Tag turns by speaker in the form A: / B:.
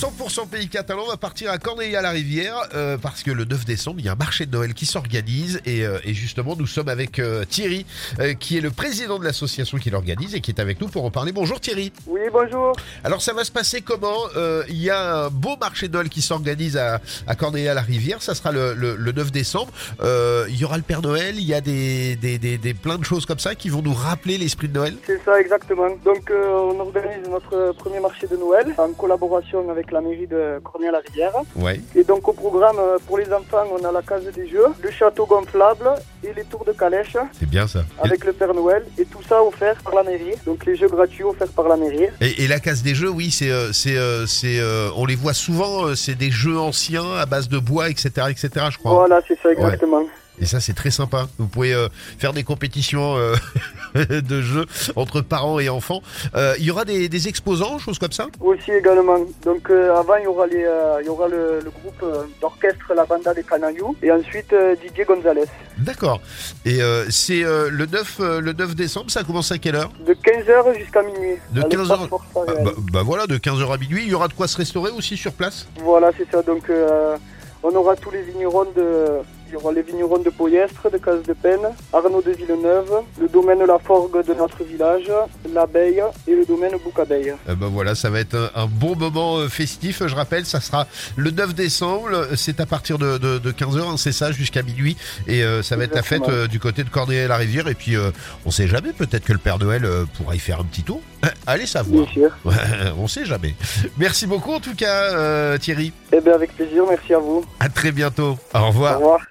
A: 100% pays catalan, on va partir à Corneille-à-la-Rivière euh, parce que le 9 décembre, il y a un marché de Noël qui s'organise et, euh, et justement, nous sommes avec euh, Thierry euh, qui est le président de l'association qui l'organise et qui est avec nous pour en parler. Bonjour Thierry.
B: Oui, bonjour.
A: Alors ça va se passer comment Euh, Il y a un beau marché de Noël qui s'organise à, à Corneille-à-la-Rivière, ça sera le, le- le 9 décembre. Euh, il y aura le Père Noël, il y a des, des, des- des- plein de choses comme ça qui vont nous rappeler l'esprit de Noël.
B: C'est ça exactement. Donc euh, on organise notre premier marché de Noël en collaboration avec la mairie de Cornay-la-Rivière.
A: Ouais.
B: Et donc au programme euh, pour les enfants, on a la case des jeux, le château gonflable et les tours de calèche
A: C'est bien ça.
B: avec le Père Noël et tout ça offert par la mairie. Donc les jeux gratuits offerts par la mairie.
A: Et, et la case des jeux, oui, c'est, euh, c'est, euh, c'est, euh, on les voit souvent, euh, c'est des jeux anciens à base de bois, etc., etc. Je crois.
B: Voilà, c'est ça exactement.
A: Et ça, c'est très sympa. Vous pouvez euh, faire des compétitions euh, de jeux entre parents et enfants. Euh, Il y aura des, des exposants, choses comme ça.
B: Aussi également. Donc euh, avant il y aura les, euh, il y aura le, le groupe euh, d'orchestre La Banda des Canaillou et ensuite euh, Didier Gonzalez.
A: D'accord. Et euh, c'est euh, le 9, euh, le 9 décembre. Ça commence à quelle heure
B: De 15h jusqu'à minuit.
A: De
B: à
A: 15 heures-
B: l'espace Força
A: Ah,
B: Real.
A: bah, bah voilà, de 15h à minuit. Il y aura de quoi se restaurer aussi sur place.
B: Voilà, c'est ça. Donc, euh, on aura tous les vignerons de. Il y aura les vignerons de Poyestre, de Casse de Penne, Arnaud de Villeneuve, le domaine La Forgue de notre village, l'Abeille et le domaine Boucabeille.
A: Euh, bah voilà, ça va être un, un bon moment euh, festif. Je rappelle, ça sera le 9 décembre. euh, C'est à partir de, 15h, c'est ça, jusqu'à minuit. Et euh, ça va être la fête
B: Exactement.
A: euh, du côté de Corneille-la-Rivière. Et puis, euh, on sait jamais, peut-être que le Père Noël euh, pourra y faire un petit tour. Allez
B: Bien
A: savoir.
B: sûr.
A: Ouais, on sait jamais. Merci beaucoup, en tout cas, euh, Thierry.
B: Eh bien, avec ben, plaisir, merci à vous.
A: À très bientôt. Au revoir.
B: Au revoir.